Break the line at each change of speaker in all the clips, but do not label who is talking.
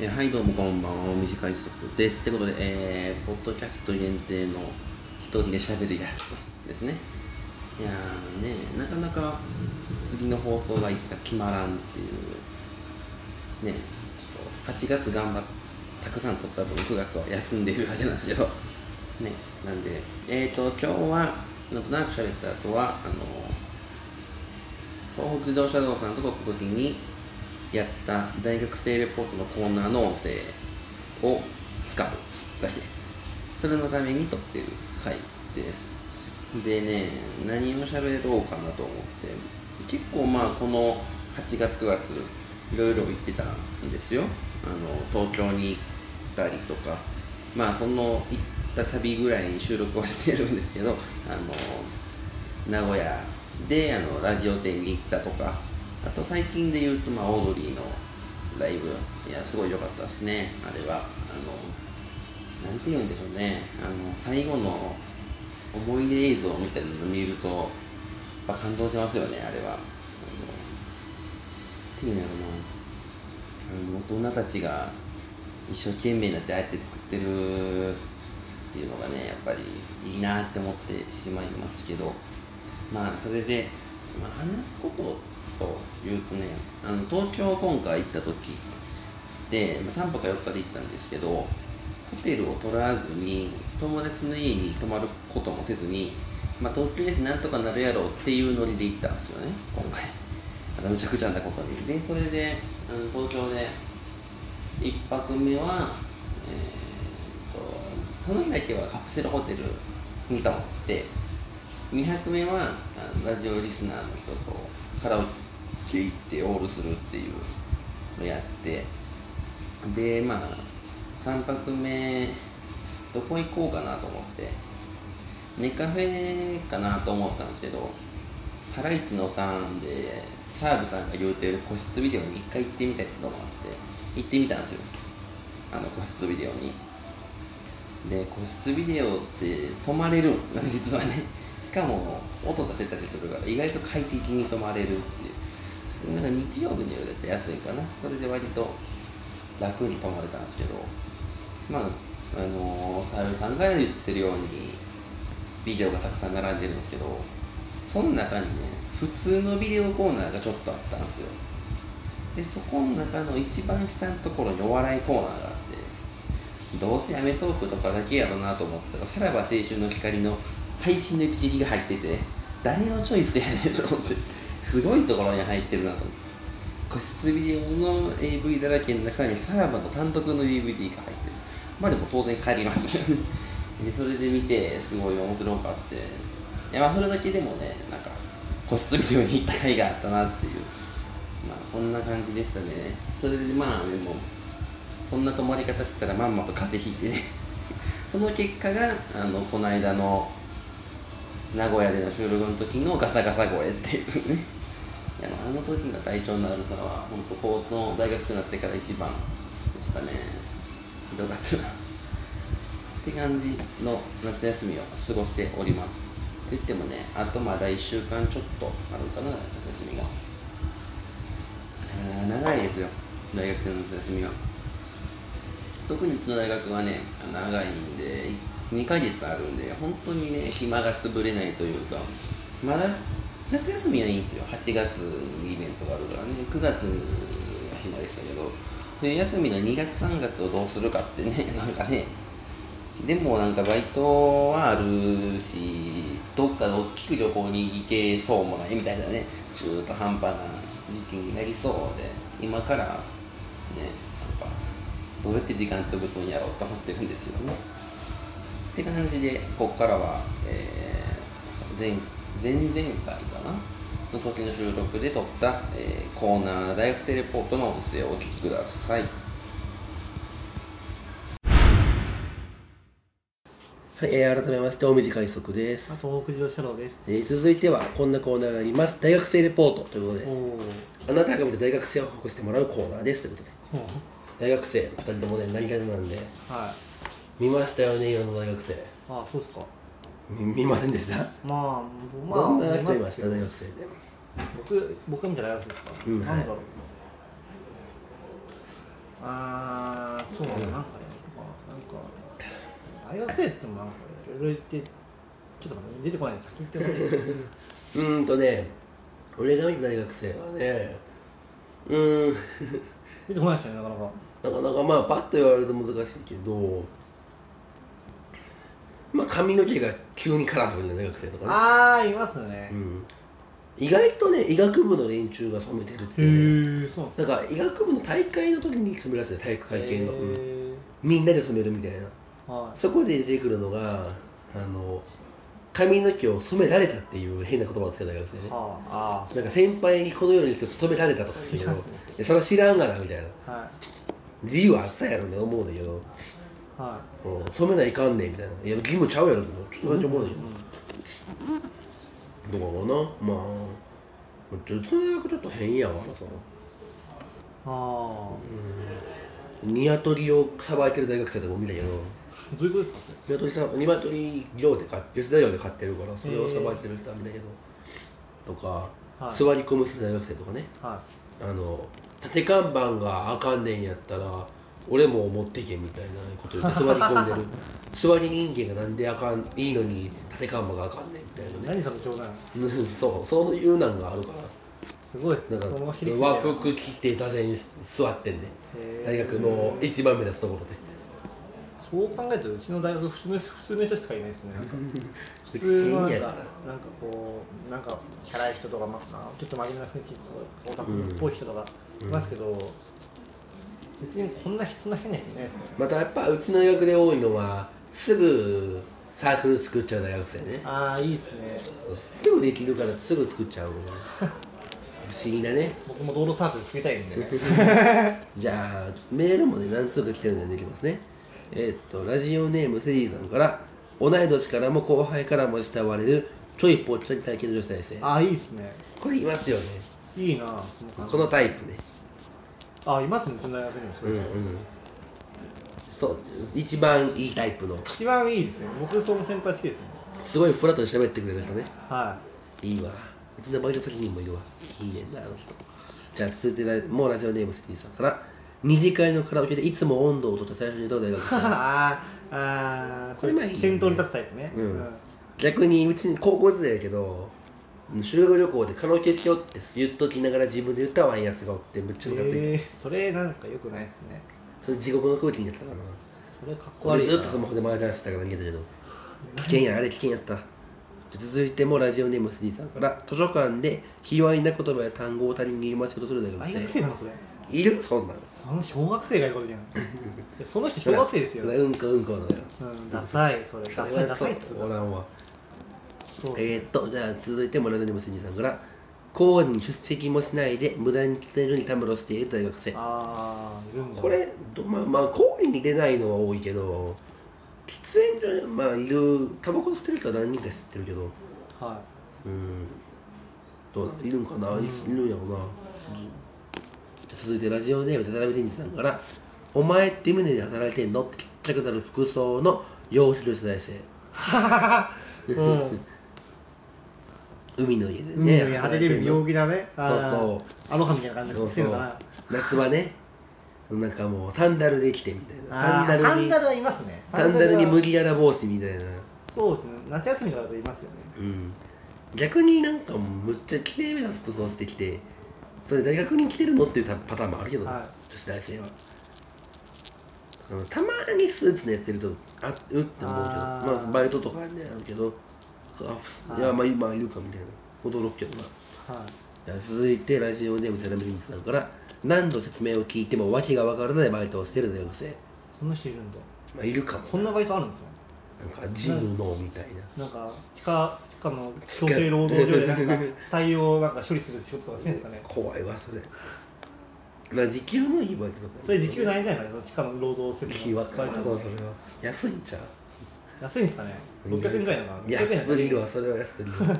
えーはい、どうもこんばんは、短いストップです。ってことで、えー、ポッドキャスト限定の一人で喋るやつですね。いやーね、なかなか次の放送がいつか決まらんっていう、ね、ちょっと8月頑張ったくさん撮った分、9月は休んでいるだけなんですけど、ね、なんで、えーと、今日は、なんとなく喋った後は、あの東北自動車道さんと撮った時にやった大学生レポートのコーナーの音声を使うだけそれのために撮ってる回ですでね何を喋ろうかなと思って結構まあこの8月9月いろいろ行ってたんですよあの東京に行ったりとかまあその行った旅ぐらいに収録はしてるんですけどあの名古屋であのラジオ店に行ったとかあと最近で言うと、まあ、オードリーのライブいやすごい良かったですねあれはあのなんて言うんでしょうねあの最後の思い出映像みたいなの見るとやっぱ感動しますよねあれはあのっていうのやろなあの大人たちが一生懸命になってああやって作ってるっていうのがねやっぱりいいなって思ってしまいますけどまあそれで、まあ、話すことというとねあの東京今回行った時でまあ3泊4日で行ったんですけどホテルを取らずに友達の家に泊まることもせずに、まあ、東京ですなんとかなるやろうっていうノリで行ったんですよね今回またむちゃくちゃなことにでそれであの東京で1泊目は、えー、とその日だけはカプセルホテルに泊まって2泊目はあのラジオリスナーの人とカラオケ行ってオールするっていうのやってでまあ3泊目どこ行こうかなと思ってネカフェかなと思ったんですけどハライチのターンで澤部さんが言うてる個室ビデオに一回行ってみたいってのもあって行ってみたんですよあの個室ビデオにで個室ビデオって止まれるんですよ実はね しかも音出せたりするから意外と快適に止まれるっていうそれなんか日曜日の夜だって安いかなそれで割と楽に泊まれたんですけどまああのー、サルさんが言ってるようにビデオがたくさん並んでるんですけどその中にね普通のビデオコーナーがちょっとあったんですよでそこの中の一番下のところにお笑いコーナーがあってどうせアメトーークとかだけやろなと思ってたら、さらば青春の光の最新の一撃が入ってて、誰のチョイスやねんと思って、すごいところに入ってるなと思って。個室ビデオの AV だらけの中にさらばの単独の DVD が入ってる。まあでも当然帰ります けどね。で、それで見て、すごい面白かって。いやまあそれだけでもね、なんか、個室ビデオに行った甲斐があったなっていう。まあそんな感じでしたね。それでまあでも、そんな泊まり方してたらまんまと風邪ひいてね その結果があのこの間の名古屋での収録の時のガサガサ声っていうねいやあの時の体調の悪さは本当高校の大学生になってから一番でしたねひどかったなって感じの夏休みを過ごしておりますと言ってもねあとまだ1週間ちょっとあるかな夏休みがなかなか長いですよ大学生の夏休みは特にうちの大学はね長いんで2ヶ月あるんで本当にね暇が潰れないというかまだ夏休みはいいんですよ8月にイベントがあるからね9月は暇でしたけど冬休みの2月3月をどうするかってねなんかねでもなんかバイトはあるしどっかで大きく旅行に行けそうもないみたいなね中途半端な時期になりそうで今からねなんかどうやって時間潰すんやろうと思ってるんですけどね。って感じでこっからは、えー、前前々回かなの時の収録で撮った、えーコーナー大学生レポートの音声をお聞きください。
はい、えー改めまして、大水快速で
あ
す。
東北自動車道です。
えー続いては、こんなコーナーがあります。大学生レポートということ
お
で、あ
お。
なたが見た大学生を報告してもらうコーナーです。ということで、大学生、二人ともね、何がなんで、
はい。
見ましたよね、今の大学生。
あ、そうっすか。
み見ませんでした
まあ、まあ、
どんな人い
見
ま
ます
し
け
た
ど
大学生で。
僕、僕が見たらやつですか。
うん
なんだろう。
はい
あそうね、なんかやるとか、なんか、大学生っつってもなんか、いろいろ言って、ちょっと待って、 出てこないんで先言ってもらっていいですか
うーんとね俺が見た大学生はねうーん
出てこないですよね、なかなか。
なかなかまあパッと言われると難しいけどまあ髪の毛が急にカラフルな大学生とかね
あー、いますね
う。ん、意外とね医学部の連中が染めてるって
へ
いう
ー、そうなんです
なん
ね。
か医学部の大会の時に染めらせて体育会系の、うん
へ
みんなで染めるみたいな
ーはい。
そこで出てくるのがあの髪の毛を染められたっていう変な言葉をつけた大学生ね
はあ、あ
なんか先輩にこのように染められたとか言うけど
いやそうです
いやそれは知らんがなみたいな
ーはい。
理由はあったやろね思うんだけど、
は
うん、染めないかんねんみたいないや義務ちゃうやろとかちょっとだけ思うんだけど、
い。うん
どうかなまあ実の大学ちょっと変やわなその
あ
ニワトリをさばいてる大学生とかも見たけど
ー、どういうことですか、
ニワトリさニワトリ業で買って吉田寮で買ってるからそれをさばいてる人は見たけどとか、
はい
座り込むしてる大学生とかね
それ。はい。
あの縦看板があかんねんやったら俺も持ってけみたいなこと言って座り込ん でる座り人間がなんであかんいいのに縦看板があかんねんみたいなね
何その冗談
うんそうそういうなんがあるから
すごいです
な
ね
んか
その比率で
和服着て座禅座ってんね
へー
大学の一番目立つところで
そう考えたらうちの大学普通の普通の人しかいないですねなんか普通のなんかなんかこうなんかキャラい人とか、まあ、ちょっと真面目な雰囲気オタクっぽい人とかいますけど、別にこんなそんな変な人いないですよ
またやっぱうちの大学で多いのはすぐサークル作っちゃう大学生 ね
ああいいですね
すぐできるからすぐ作っちゃうのが不思議だね
僕も道路サークルつけたいんで、ね、
じゃあメールもね何通か来てるんでできますねえーっとラジオネームセリーさんから同い年からも後輩からも慕われるちょいぽっちゃり体型の女子大生
ああいいですね
これいますよね
いいなその感じ
このタイプね
あいますねうちの大学にもそれ、
うんそう一番いいタイプの
一番いいですね僕その先輩好きですね
すごいフラットに喋ってくれる人ね
はい
いわうちのバイト先にもいるわいいねんなあの人じゃあ続いてラもうラジオネームシティさんから二次会のカラオケでいつも温度をとって最初に歌う大学生
あーあー
これまあいいね
先頭に立つタイプね、
うん
うん
逆にうちに高校時代やけど修学旅行でカラオケしようって言っときながら自分で歌わんやつがおってむっちゃムカついて、
えー、それなんか良くないですね
それ地獄の空気になってたかな
それかっこ
これ
悪いな
ずっとスマホで回り出してたから逃げたけど危険やあれ危険やった続いてもラジオネームスリーさんから図書館で卑猥な言葉や単語を他人に言い回しようとする大
大
学
学
生
生なのそれ
いるそんなの
その小学生がやること じゃんいやその人小学生ですよ、う
うんこうんこのよ
ん、ダサいそれダサいダサいっつう
お
から
んわ
そう
えー、っとじゃあ続いてもラジオネームスリーさんから講義に出席もしないで無駄に喫煙所にたむろしている大学生
ああいるんだ
これどまあまあ講義に出ないのは多いけど喫煙所にまあいるタバコ吸ってる人は何人か吸ってるけど
は
うんどうなんいるんかな、いいるんやろな、続いてラジオネームでたらめ天さんから「お前って胸で働いてんの?」って聞きたくなる服装の洋服女子大生
いうん
海の家でね
海の家派手でる
の
妙義だね
そう
うアロハみたいな感じ
そ
で
う
して
そう
るのかな
夏場ねなんかもうサンダルで来てみたい
あ
な
ー
サ
サ
ン
ン
ダルに
ダルはいますね
サンダルに
は
麦わら帽子みたいな
そうですね夏休みとかだといますよね
うん逆になんかむっちゃ綺麗な服装してきてそれ大学に着てるのっていうパターンもあるけど、
は
女子大生はうんたまにスーツのやついるとあうって思うけど
あー
まあバイトとかねあるけどあいやまあ今いるかみたいな驚くけどな
はい
じゃあ続いてラジオネームテラミリンさんから何度説明を聞いても訳が分からないバイトをしてる大学生、
そんな人いるんだ
まあ、いるかも
そんなバイトあるんですね
なんかジムのみたいな
なんか地下地下の強制労働所でなんか死体をなんか処理する仕事とかしてんですかね
怖いわそれまあ時給のいいバイトとか
それ時給ないんじゃないですかねその地下の労働施設
気
の
分かるなそれは安いんちゃう
安いんですかね600円ぐらいなのかな
安い
600円
わそれは安いわ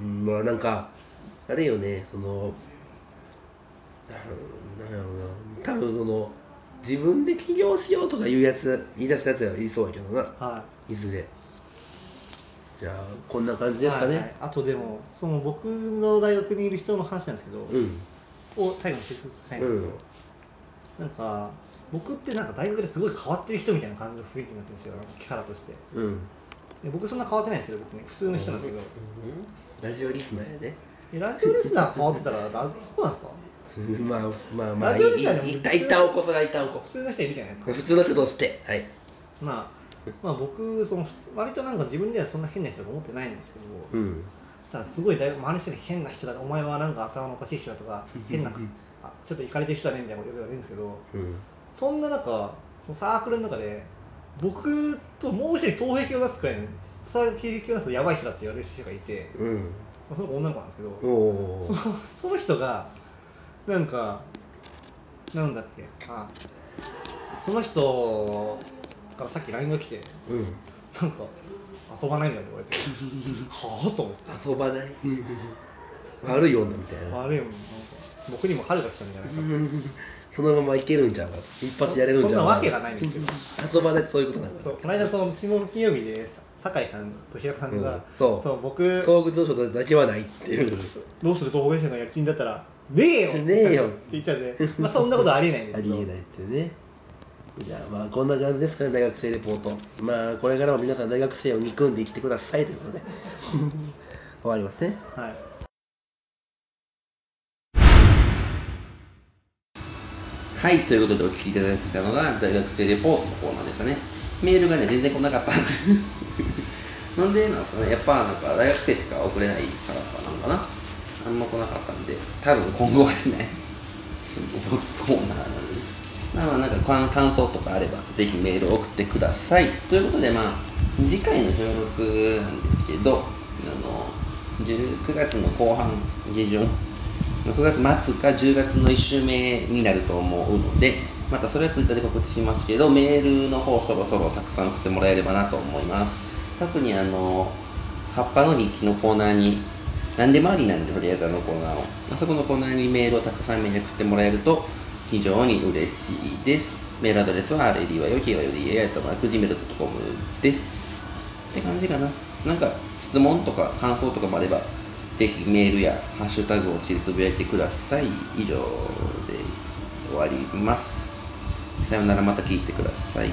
うんまあなんかあれよねそのなんなんやろうな多分その自分で起業しようとかいうやつ言い出したやつはいそうやけどな
はい
ずれじゃあこんな感じですかね、
はいはいあとでもその僕の大学にいる人の話なんですけど
うん
を最後にしてくださいんです
う
け
ん
どなんか僕ってなんか大学ですごい変わってる人みたいな感じの雰囲気になってるんですよなんかキャラとして
うん
で僕そんな変わってないんですけど別に普通の人なんですけど
ラジオリスナーやで
えラジオレスナー変わってたらラそうなんですか
まあまあまあ
ラ
い
ジオ
い
リスナーでも
いい一旦一旦起こそ一旦起こ
普
す
通の人いるじゃないですか
普通の人としてはい
まあまあ僕その普通割となんか自分ではそんな変な人と思ってないんですけど、
うん
ただすごい大学周りの人に変な人だお前はなんか頭のおかしい人だとか変なあちょっといかれてる人だねみたいなこと言われるんですけど
うん
そんな中そのサークルの中で僕ともう一人双璧を出すくらいの双璧を出すとやばい人だって言われる人がいて
うん
その子女の子なんですけど、
おおー
その人がなんかなんだっけあその人からさっき LINE が来て
うん
なんか遊ばないみたいな言われてはあと思って。
遊ばない 悪い女みたいな
あれよ、なんか僕にも春が来たんじゃないか
そのままいけるんちゃうか一発やれるん
そん
ち
な
ゃう
わ
か
けがないんです
遊ばないってそういうことな
け
のか
どそうこの間その昨日の金曜日でさ酒井さんと平子さんが、
うんそう
僕
東北蔵書だけはないっていう
どうする東北電車のやる気にだったら「ねえよ!」って
ねえよ
言ってたんで、まあ、そんなことはありえないんで
あ
すけ
り
ど
えないってねじゃあまあこんな感じですかね大学生レポートまあこれからも皆さん大学生を憎んで生きてくださいということ で終わりますね
はい、
はい、ということでお聞きいただいたのが大学生レポートのコーナーでしたね。メールがね、全然来なかったんです。なんでなんですかね、 やっぱなんか大学生しか送れないからかなんかな。あんま来なかったんで、多分今後はですね、ボツコーナーなので、まあまあなんか感感想とかあれば、ぜひメールを送ってください。ということでまあ、次回の収録なんですけど、あの、10 9月の後半、下旬、9月末か10月の1週目になると思うので、またそれはツイッターで告知しますけど、メールの方そろそろたくさん送ってもらえればなと思います。特にあの、カッパの日記のコーナーに、何でもありなんで、とりあえずあのコーナーを。あそこのコーナーにメールをたくさんメール送ってもらえると、非常に嬉しいです。メールアドレスは r a d y o k y o d a とマーク gmail.com です。って感じかな。なんか質問とか感想とかもあれば、ぜひメールやハッシュタグをしてつぶやいてください。以上で終わります。さようならまた聞いてください。